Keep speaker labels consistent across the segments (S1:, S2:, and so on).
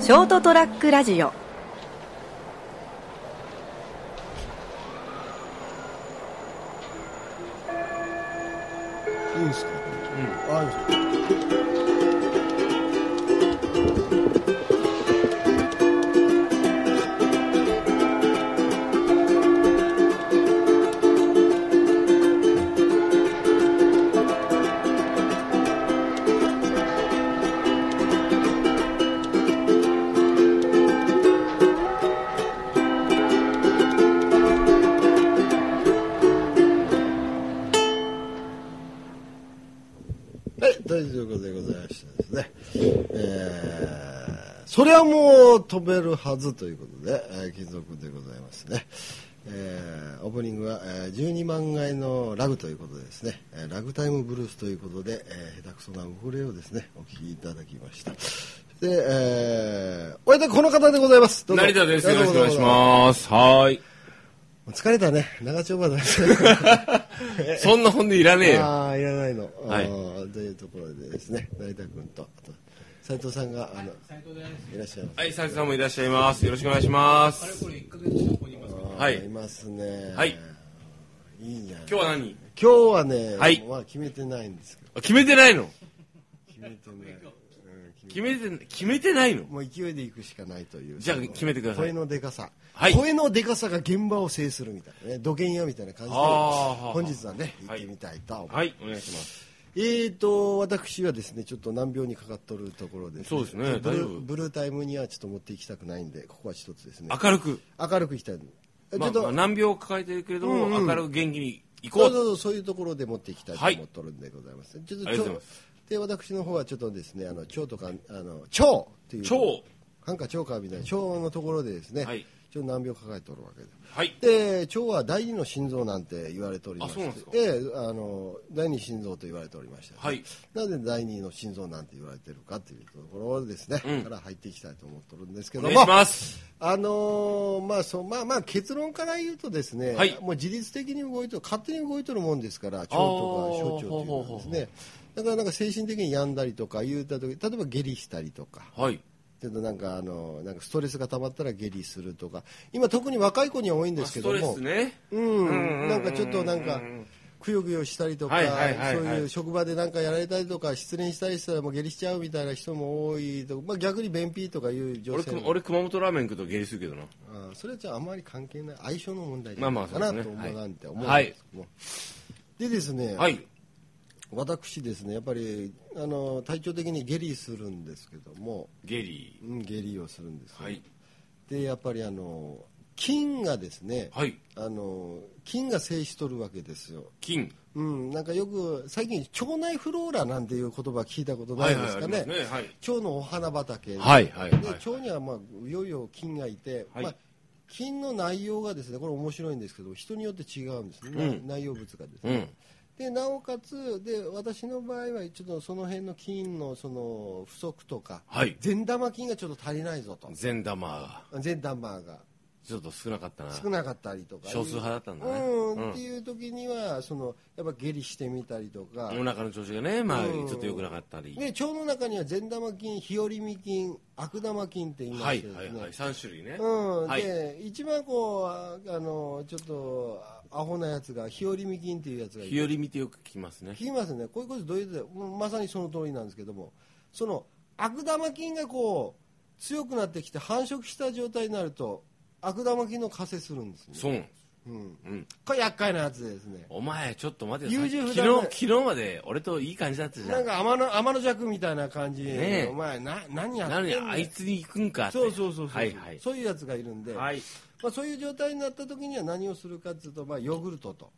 S1: ショートトラックラジオ
S2: いいですか。あいいですかはい、ということでございましてですね、えー、それはもう飛べるはずということで、えー、貴族でございますね、えー、オープニングは、えー、12万回のラグということでですね、えーラグタイムブルースということで、えー、下手くそなウクレレをですね、お聴きいただきました。で、えー、お相手この方でございます。どうぞ
S3: 成田です。よろしくお願いします。はーい。
S2: 疲れたね、長丁 場だね。
S3: そんな本でいらねえよ。
S2: ああ、いらないの。
S3: はい
S2: あーというところでですね、成田君と、あと、斉藤さんが、あの、いらっしゃいます。
S3: はい、斉藤さんもいらっしゃいます。よろしくお願いします。はい
S2: あーいますね。
S3: はい。
S2: いいじゃん。今
S3: 今日は何
S2: 日はね、
S3: はい
S2: まあ決めてないんですけど、
S3: あ決めてないの
S2: 決めてない。うん決め
S3: 決めて、決めてないの
S2: もう勢いで行くしかないという。
S3: じゃあ決めてください
S2: 声のでかさ。
S3: はい
S2: 声のでかさが現場を制するみたいなね、土幻屋みたいな感じで、
S3: あーはあ
S2: 本日はね、行
S3: は
S2: っ
S3: い
S2: てみたいと思います。
S3: はい、お願いします。
S2: えーと私はですねちょっと難病にかかっとるところで
S3: そうですね
S2: ブル
S3: 大丈夫
S2: ーブルータイムにはちょっと持っていきたくないんでここは一つですね
S3: 明るく。
S2: 明るくいきたいえち
S3: ま
S2: ょ
S3: あ、
S2: っと、
S3: まあ難病を抱えてるけれども、明るく元気に行
S2: そ
S3: こ
S2: うそう
S3: う。
S2: そうそういうところで持っていきたいと思っとるんでございます、ちょっと
S3: ありがとうござい
S2: で私の方はちょっとですねあの腸とかあの腸っていう
S3: 腸
S2: なんか腸かみたいな腸のところでですね、
S3: はい
S2: ちょっと難病抱えておるわけで
S3: はい。
S2: で腸は第二の心臓なんて言われておりまし
S3: あそうなんですか
S2: てええあの第二心臓と言われておりました、
S3: はい
S2: なぜ第二の心臓なんて言われてるかというところをですね、
S3: うん
S2: から入っていきたいと思ってるんですけ
S3: お
S2: ど
S3: 願い
S2: も
S3: します。
S2: あのーまあそうまあまあ結論から言うとですね、
S3: はい
S2: もう自律的に動いて勝手に動いてるもんですから腸とか小腸というのはですねだからなんか精神的に病んだりとか言うた時例えば下痢したりとか
S3: はい。
S2: ちょっとなんかあのなんかストレスが溜まったら下痢するとか今特に若い子には多いんですけ
S3: ス
S2: ど
S3: トレ
S2: も
S3: スね。
S2: うん、なんかちょっとなんか、くよくよしたりとか、
S3: は
S2: そう
S3: いはいはいはい
S2: いう職場でなんかやられたりとか、失恋したりしたらもう下痢しちゃうみたいな人も多いと、まあ、逆に便秘とかいう女
S3: 俺
S2: 性
S3: く
S2: も、
S3: 俺、熊本ラーメン食うと下痢するけどな。
S2: あーそれはじゃああまり関係ない、相性の問題じ
S3: ま
S2: ゃ
S3: あ
S2: な
S3: ま
S2: い
S3: あ
S2: か
S3: そう
S2: な
S3: ですね
S2: と思うなんて思うん
S3: はい
S2: ですけども。でですね、
S3: はい。
S2: 私ですね、やっぱりあの体調的に下痢するんですけども、
S3: 下痢。
S2: うん、下痢をするんですよ、
S3: はい。
S2: でやっぱりあの菌がですね、
S3: はい。
S2: あの菌が制しとるわけですよ。
S3: 金。
S2: うん、なんかよく最近腸内フローラなんていう言葉聞いたことないですかね,、
S3: はいはいありますねはい
S2: 腸のお花畑、
S3: はいはいはい
S2: で腸には、まあ、いよいよ菌がいて、
S3: はい
S2: まあ、菌の内容がですねこれ面白いんですけど人によって違うんですね、
S3: うん
S2: 内容物がです
S3: う
S2: ね、
S3: ん。
S2: でなおかつで私の場合はちょっとその辺の菌のその不足とか
S3: はい。
S2: 善玉菌がちょっと足りないぞと
S3: 善玉が、
S2: 善玉が
S3: ちょっと少なかったな。
S2: 少なかったりとか
S3: 少数派だったんだね。
S2: うん、っていう時にはそのやっぱ下痢してみたりとか、
S3: お腹の調子がね、まあ、
S2: うん
S3: ちょっと良くなかったり。
S2: ね、腸の中には善玉菌、日和見菌、悪玉菌って言いま
S3: は
S2: し
S3: い
S2: て
S3: はい
S2: ですね、
S3: はい、三種類ね。
S2: うん
S3: はい
S2: で一番こうああのちょっとアホなやつが日和見菌っていうやつがい
S3: 日
S2: て
S3: 和見てよく聞きますね
S2: 聞。きますね、こういうことどういうこともうまさにその通りなんですけども、その悪玉菌がこう強くなってきて繁殖した状態になると、悪玉菌の加勢するんですね、
S3: そうなんです。
S2: うん、
S3: うん。
S2: これ厄介なやつですね。
S3: お前、ちょっと待てよ。
S2: 優柔不
S3: 昨日、
S2: 断な
S3: 昨日まで俺といい感じだったじゃ
S2: なん
S3: ん。
S2: か天の天の弱みたいな感じ、
S3: ねえ
S2: お前な何やって
S3: なんのに、
S2: ねん
S3: あいつに行くんかって。
S2: そうそうそうそう、
S3: はいはい。
S2: そういうやつがいるんで、
S3: はい。
S2: まあ、そういう状態になった時には何をするかというと、まあ、ヨーグルトと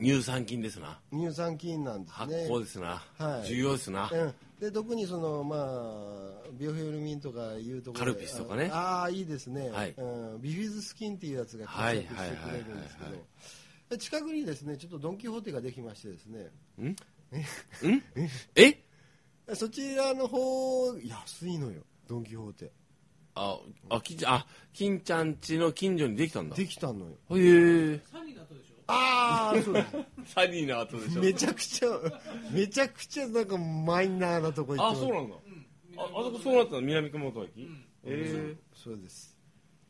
S3: 乳酸菌ですな。
S2: 乳酸菌なんです
S3: 発
S2: ね。
S3: 酵ですな
S2: は。い
S3: 重要ですな。
S2: うん、で特にその、まあ、ビオフェルミンとかいうところで
S3: カルピスとかね
S2: ああーいいですね、
S3: はい
S2: うん、ビフィズス菌っていうやつが活躍してくれるんですけ
S3: はいはいはいはい
S2: どで近くにですねちょっとドン・キホーテができましてですね
S3: え
S2: そちらの方安いのよドン・キホーテ
S3: あ、あ、きちあ、金ちゃんちの近所にできたんだ。へ
S2: できたのよ
S3: え。
S2: ああそうです
S3: サニーな後でしょ
S2: めちゃくちゃ、めちゃくちゃなんかマイナーなとこ行って
S3: あ、
S2: ます
S3: そうなんだ。あ、あそこそうなったの南熊本駅、え
S2: そうです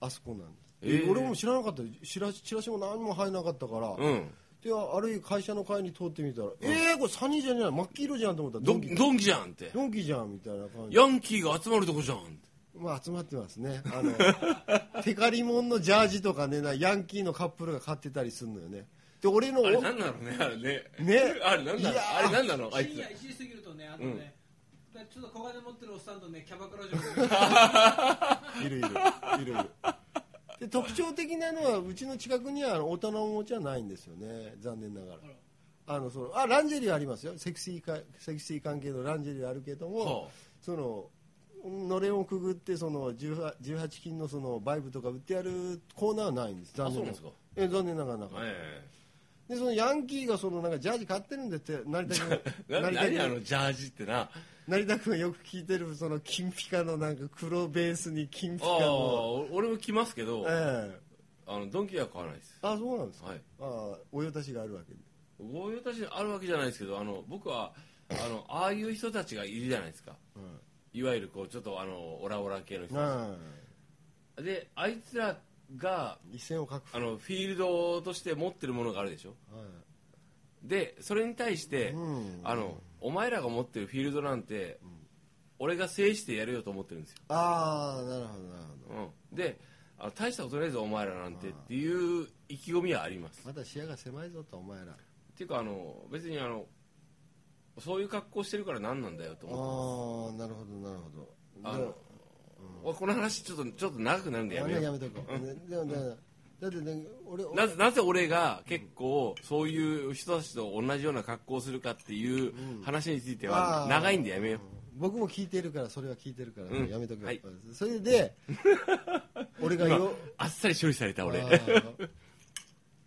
S2: あそこなんです、
S3: えー
S2: で俺も知らなかったチラシチラシも何も入らなかったから、
S3: えうん。
S2: であるいは会社の階に通ってみたら、えー、これサニーじゃねえな真っ黄色じゃんと思ったら
S3: ド
S2: ドン
S3: ン
S2: キ
S3: キ、ドンキじゃんって。
S2: ドンキじゃんみたいな感じ
S3: ヤンキーが集まるとこじゃんって。
S2: まあ集まってますねあのテカリモンのジャージとかねなヤンキーのカップルが買ってたりするのよねで俺のお
S3: あれなんなのね、あれね。
S2: ね
S3: あれなんないの
S2: やー
S3: あれなんなのあい
S1: 深
S3: つ
S1: 夜。1時過ぎるとね、あとね、ちょっと小金持ってるおっさんとね、キャバクラ嬢が
S2: いるいるいるいるで特徴的なのはうちの近くにはあの大人のおもちゃはないんですよね残念ながら
S1: あら
S2: あのそのあランジェリーはありますよセクシーかセクシー関係のランジェリーはあるけども、
S3: はあ
S2: そののれんをくぐってその 18, 18金のそのバイブとか売ってやるコーナーはないんです残念な
S3: あそう
S2: がらえ
S3: なんで
S2: 残念ながらなかった
S3: え
S2: でそのヤンキーがそのなんかジャージ買ってるんでって成田
S3: え。
S2: 君
S3: な、
S2: 成田
S3: 何あ
S2: 君
S3: のジャージってな。
S2: 成田君がよく聞いてるその金ピカのなんか黒ベースに金ピ
S3: あ
S2: カ
S3: あ、
S2: の
S3: お俺も来ますけど、
S2: ええ
S3: あの、ドンキでは買わないです。
S2: あそうなんですか、
S3: はい
S2: ああお用達があるわけで
S3: ご用達あるわけじゃないですけど、あの、僕は、あの、ああいう人たちがいるじゃないですか。
S2: うん
S3: いわゆるこう、ちょっとあの、オラオラ系の人たち。
S2: あ
S3: で、あいつらが、
S2: 一線を画す
S3: あの、フィールドとして持ってるものがあるでしょ。で、それに対して、
S2: うん
S3: あの、お前らが持ってるフィールドなんて、俺が制してやるよと思ってるんですよ。
S2: ああなるほどなるほど
S3: うん、であの、大したことないぞ、お前らなんてっていう意気込みはあります。
S2: まだ視野が狭いぞとお前らあ
S3: っていうか、あの、別にあの、そういう格好してるから何なんだよと
S2: あ
S3: 思って。
S2: なるほどなるほど
S3: あの、おこの話ちょっと、ちょっと長くなるんで
S2: でや
S3: やめ
S2: め
S3: よう
S2: やめとこう、ねでもねだってね俺
S3: なぜなぜ俺が結構そういう人たちと同じような格好をするかっていう話については
S2: あー
S3: 長いんでやめよう、
S2: 僕も聞いてるからそれは聞いてるから、
S3: うん
S2: やめとけ、
S3: はい
S2: それで俺がよ
S3: あっさり処理された俺
S2: あー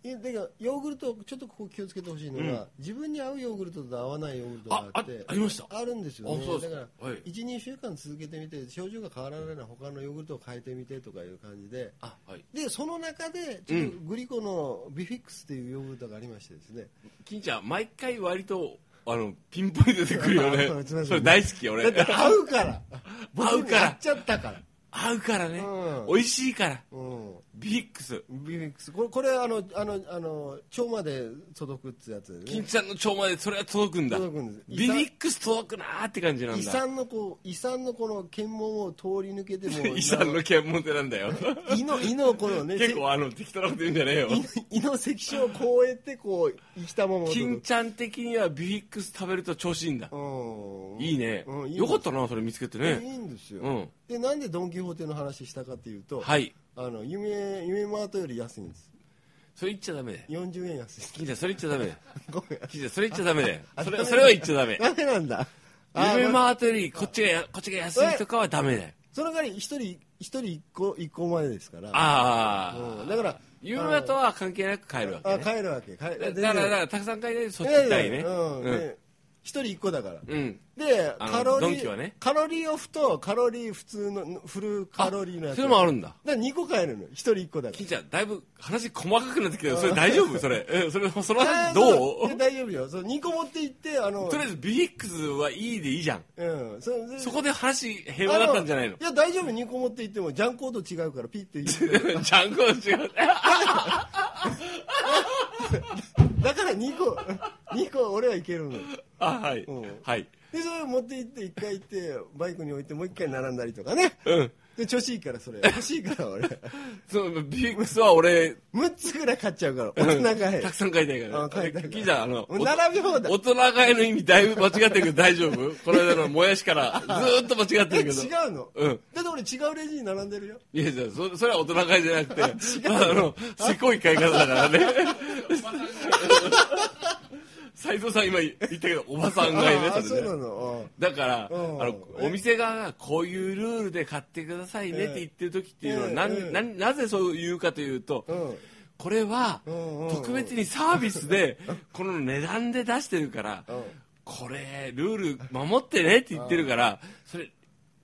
S2: いやだからヨーグルトちょっとここ気をつけてほしいのが、自分に合うヨーグルトと合わないヨーグルトがあって
S3: ああありました
S2: あるんですよね
S3: あそうです
S2: だから、
S3: はい
S2: 12週間続けてみて症状が変わらないなら他のヨーグルトを変えてみてとかいう感じで
S3: あはい
S2: でその中でちょっとグリコのビフィックスっていうヨーグルトがありましてですね、
S3: 金ちゃん毎回割とあのピンポイントでくるよ
S2: あそうですね
S3: ねそれ大好き
S2: だ
S3: 俺
S2: って合うから
S3: 合うから
S2: やっちゃったから
S3: 合うからね、
S2: うん
S3: 美味しいから
S2: うん
S3: ビックス
S2: ビフィックスこれこれあのあのあの腸まで届くってやつで
S3: 金
S2: ね
S3: ちゃんの腸までそれは届くんだ
S2: 届くんです
S3: ビビックス届くなーって感じなん
S2: 遺
S3: だ
S2: 産のこう遺産のこの検問を通り抜けても
S3: 遺産の検問ってな んだよ
S2: 胃の胃のこのね
S3: 結構あの適当なこと言うんじゃねえよ
S2: せ胃の関所をこうやってこう生きたまま
S3: 金ちゃん的にはビフィックス食べると調子いいんだ、
S2: うん
S3: いいね、
S2: うんいい
S3: よかったなそれ見つけて
S2: い
S3: ね
S2: いんですよ、
S3: うん
S2: でなんでドン・キホーテの話したかっていうと、
S3: はい
S2: あの夢夢マートより安いんです
S3: それ言っちゃダメだよ
S2: 40円安い
S3: 金ちゃんそれ言っちゃダメだよ
S2: ごめん
S3: 金ちゃんそれ言っちゃダメだよ
S2: あダ
S3: そ
S2: メ
S3: れ
S2: だ
S3: それは言っちゃダメ
S2: ダメなんだあま
S3: 夢
S2: あ
S3: マートよりこっちがやこっちが安いとかはダメだよ
S2: その代わり一人一人一個一個までですから
S3: あ
S2: う
S3: あ
S2: んだから
S3: 夢マートは関係なく帰るわけ、
S2: あ
S3: ね、
S2: 帰るわけ帰る
S3: だだからだからたくさん帰ってそっち
S2: いやい
S3: 行ったりね
S2: やうん
S3: うん
S2: で一人一個だから
S3: うん
S2: で
S3: あの
S2: カロ
S3: ド
S2: リ
S3: ンキは
S2: ー
S3: ね
S2: カロリーオフとカロリー普通のフルカロリーのや
S3: あ
S2: つ
S3: それもある
S2: だ
S3: んだ
S2: から2個買えるの一人一個だか
S3: 金
S2: ら
S3: ちゃんだいぶ話細かくなってきたけどそれ大丈夫それえそれその
S2: あー
S3: 話
S2: そ
S3: どう
S2: いや大丈夫よそ2個持って行ってあの
S3: とりあえずビフィックスはいいでいいじゃん
S2: うんそれで
S3: そこで話平和だったんじゃない
S2: あ
S3: の
S2: いや大丈夫2個持って行ってもジャンコード違うからピッて
S3: ち ゃんこ違う。
S2: だから2個2個 俺はいけるの
S3: あ、はい。
S2: うん
S3: はい。
S2: でそれを持って行って1回行ってバイクに置いてもう1回並んだりとかね
S3: うん。
S2: で調子いいからそれ欲しいから俺
S3: その、ビフィックスは俺、
S2: 6つぐらい買っちゃうから
S3: うん
S2: 大人買い
S3: たくさん買いたいから。
S2: あ買いたいから
S3: 聞いたあ
S2: も
S3: の、
S2: う並び放題
S3: 大人買いの意味だいぶ間違ってるけど大丈夫この間のもやしからずーっと間違って
S2: え
S3: る
S2: 違
S3: けど。
S2: うの、
S3: うん
S2: だって俺違うレジに並んでるよ
S3: いや、じゃあそ、それは大人買いじゃなくて、あの、せこい買い方だからね。斎藤さん今言ったけど、おばさん買いね
S2: あ、あ
S3: そ
S2: そう
S3: れ
S2: な
S3: ね。
S2: の
S3: だから、あ
S2: うん
S3: の、お店側がこういうルールで買ってくださいねって言ってる時っていうのは、
S2: ええ
S3: な
S2: ええ
S3: ん、なん、なぜそう言うかというと、
S2: うん、うん、
S3: これは
S2: うんうんうん
S3: 特別にサービスでこの値段で出してるから
S2: うん
S3: これルール守ってねって言ってるからそれ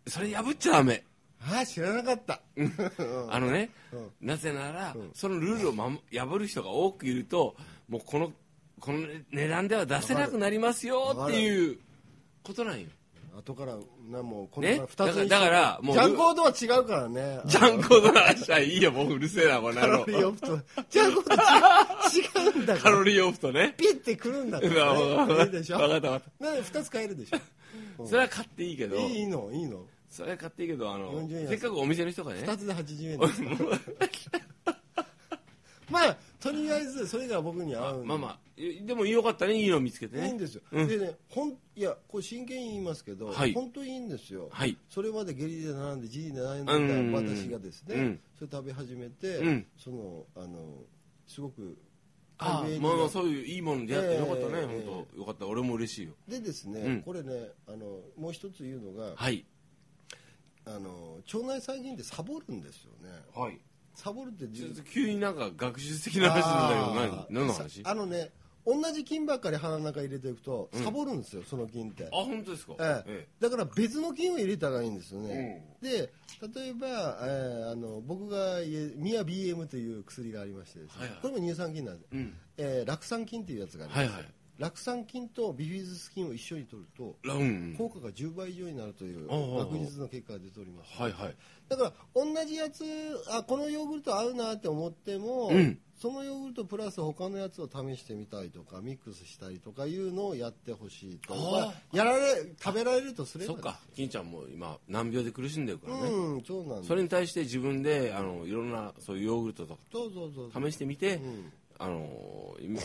S3: それ破っちゃダメ
S2: ああ知らなかった
S3: あのね
S2: うん
S3: なぜならそのルールを守破る人が多くいるともうこのこの値段では出せなくなりますよっていうことなんよ
S2: 後からなもうこん
S3: ね
S2: な二つにして
S3: だからだからもう
S2: ジャンコードは違うからね
S3: ジャンコの話はいいよ、もううるせえな、この
S2: カロ
S3: 野
S2: リ
S3: 郎。
S2: ーオフとジャンコード違う違うんだか
S3: カ
S2: ら
S3: ロリーオフとね。
S2: ピッてくるんだか
S3: うわ
S2: ら、
S3: わか
S2: ね、い
S3: っ
S2: いでしたょ
S3: わかったわかっ
S2: なんで二つ買えるでしょ
S3: た。それは買っていいけど、
S2: いいのいいの
S3: それは買っていいけど、あの
S2: 40円、
S3: せっかくお店の人がね、
S2: 二つで八十円です まあとりあえずそれが僕に合うんで
S3: まあまあ、いでもよかったね、いいの見つけて
S2: いいん
S3: ね。
S2: ですよ、
S3: うん
S2: でねほんいやこれ真剣に言いますけど、
S3: はい
S2: 本当にいいんですよ、
S3: はい
S2: それまで下痢で並んでじりで並ん
S3: う
S2: で
S3: ん
S2: た私がですね、
S3: うん
S2: それ食べ始めて、
S3: うん
S2: そのあのすごく軽
S3: ああ、
S2: めに
S3: まあまあ、そういういいもの出会って
S2: ええ
S3: よかったね、
S2: ええ
S3: 本当よかった、俺も嬉しいよ。
S2: でですね、
S3: うん
S2: これねあのもう一つ言うのが、
S3: はい。
S2: あの腸内細菌ってサボるんですよね
S3: はい。
S2: サボるって
S3: ち
S2: 自
S3: ょっ
S2: 分
S3: と急になんか学術的な話になるけど
S2: あ、ー
S3: 何何の話
S2: さあのね同じ菌ばっかり鼻の中に入れていくと、サボるんですよその菌って
S3: あ、本当ですか
S2: ええ
S3: え
S2: だから別の菌を入れたらいいんですよね、で例えば、えーあの僕が家ミア BM という薬がありましてですね、
S3: はいはい
S2: これも乳酸菌なんです、
S3: えうん。
S2: えー酪酸菌というやつがあります、
S3: はいはい
S2: 酪酸菌とビフィズス菌を一緒に取ると
S3: ラウン。
S2: 効果が10倍以上になるという
S3: おうおうおう
S2: 確実の結果が出ております、
S3: はいはい。
S2: だから同じやつあこのヨーグルト合うなって思っても、
S3: うん
S2: そのヨーグルトプラス他のやつを試してみたいとかミックスしたりとかいうのをやってほしいと
S3: あー
S2: まあやられ食べられるとすれば
S3: そっか、金ちゃんも今、難病で苦しんでるからね。
S2: うんそうなんです
S3: それに対して自分であのいろんなそういうヨーグルトとか
S2: そうそうそうそう
S3: 試してみて、
S2: ん
S3: あの今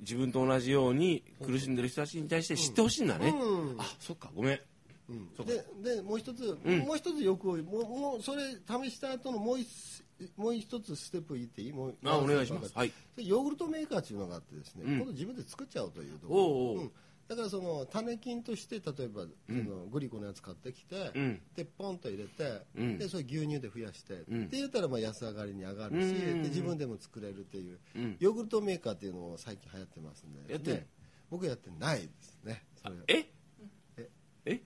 S3: 自分と同じように苦しんでる人たちに対して知ってほしいんだね、
S2: うん
S3: あそっかごめん
S2: うん
S3: そうか
S2: ででもう一つ、
S3: うん
S2: もう一つ欲をもうもうそれ試した後のもう一もう一つステップ言っていいもう
S3: あお願いします
S2: は
S3: はい
S2: ヨーグルトメーカーっていうのがあってですね、
S3: うん
S2: 今度自分で作っちゃうというとこ
S3: おうおう
S2: うんだからその種菌として例えばそのグリコのやつ買ってきて、
S3: うん
S2: でポンと入れて、
S3: うん
S2: でそれ牛乳で増やして、
S3: ん
S2: って言ったらまあ安上がりに上がる
S3: うん
S2: し、
S3: うんうん
S2: で自分でも作れるっていう、
S3: うん
S2: ヨーグルトメーカーっていうのも最近流行ってますんで
S3: やってんの
S2: ね僕やってないですねそれ
S3: え
S2: え
S3: え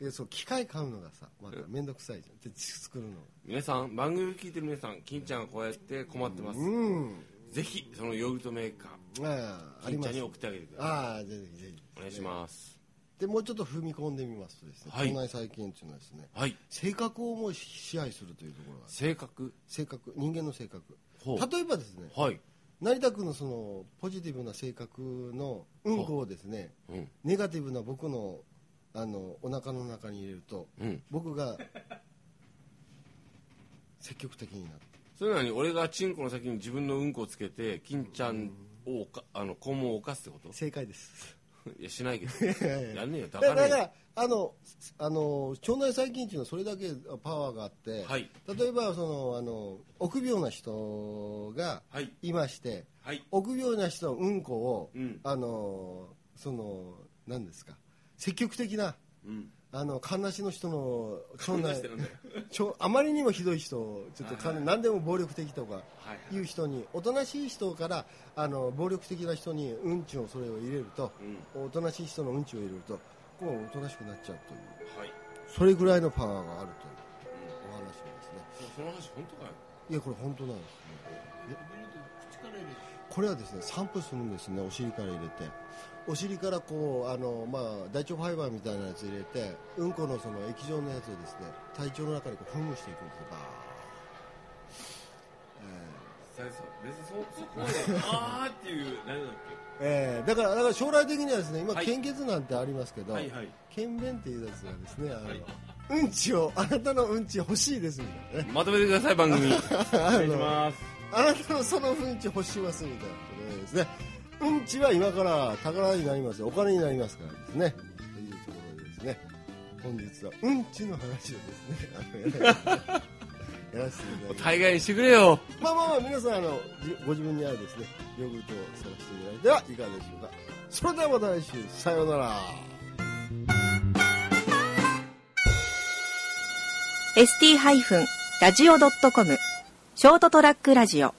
S2: えそう機械買うのがさまた面倒くさいじゃんで作るの
S3: 皆さん番組聞いてる皆さん金ちゃんがこうやって困ってます、
S2: うん
S3: ぜひそのヨーグルトメーカ
S2: ああ
S3: ー
S2: あり
S3: 金ち
S2: ま
S3: ゃん
S2: す
S3: に送ってあげてください
S2: ああぜひぜひ
S3: お願いします
S2: でもうちょっと踏み込んでみますとですね
S3: はい
S2: 腸内細菌っていうのはですね
S3: はい
S2: 性格をもう支配するというところがある
S3: 性格
S2: 性格人間の性格
S3: ほう
S2: 例えばですね
S3: はい、
S2: 成田君のそのポジティブな性格のうんこをですね
S3: うん
S2: ネガティブな僕のあのお腹の中に入れると
S3: うん、
S2: 僕が積極的になって
S3: それなのに俺がチンコの先に自分のうんこをつけて金ちゃんをおかあの肛門を犯すってこと
S2: 正解です
S3: いやしないけどやんねえよだ
S2: だ
S3: か
S2: から
S3: ら
S2: だからあのあの腸内細菌っていうのはそれだけパワーがあって、
S3: はい
S2: 例えばそのあの臆病な人が
S3: はい
S2: いまして、
S3: はい
S2: 臆病な人のうんこを、
S3: うん
S2: あのその何ですか積極的な
S3: うん
S2: あのカンナシの人の腸
S3: な
S2: 内
S3: しってなんだよ
S2: ちょあまりにもひどい人をちょっとかん何でも暴力的とか
S3: はいはい
S2: いう人におとなしい人からあの暴力的な人にうんちをそれを入れると、おとなしい人のうんちを入れるとこうおとなしくなっちゃうという
S3: はい
S2: それぐらいのパワーがあるというお話ですね
S3: そその話本当かよ
S2: いやこれ本当なんですね
S1: 口から入れる
S2: これはですね散布するんですねお尻から入れてお尻からこうあの、まあ、大腸ファイバーみたいなやつ入れてうんこのその液状のやつをですね体腸の中にこう噴霧していくんですよバーン
S3: 別にそそこまであーっていう何だっ
S2: えーだからだから将来的にはですね今、
S3: はい
S2: 献血なんてありますけど、
S3: はいはい
S2: 献便っていうやつがですねあの、
S3: はい
S2: うんちをあなたのうんち欲しいですみたいなね
S3: けまとめてください番組お願いします
S2: あなたのそのうんち欲しいますみたいなことですねうんちは今から宝になりますよお金になりますからですねというところでですね本日はうんちの話をですねあのやらせていただきます
S3: 大概にしてくれよ
S2: まあまあまあ皆さんあのじご自分に合うですねヨーグルトを探していただいてはいかがでしょうかそれではまた来週さようなら
S4: ST-radio.com ショートトラックラジオ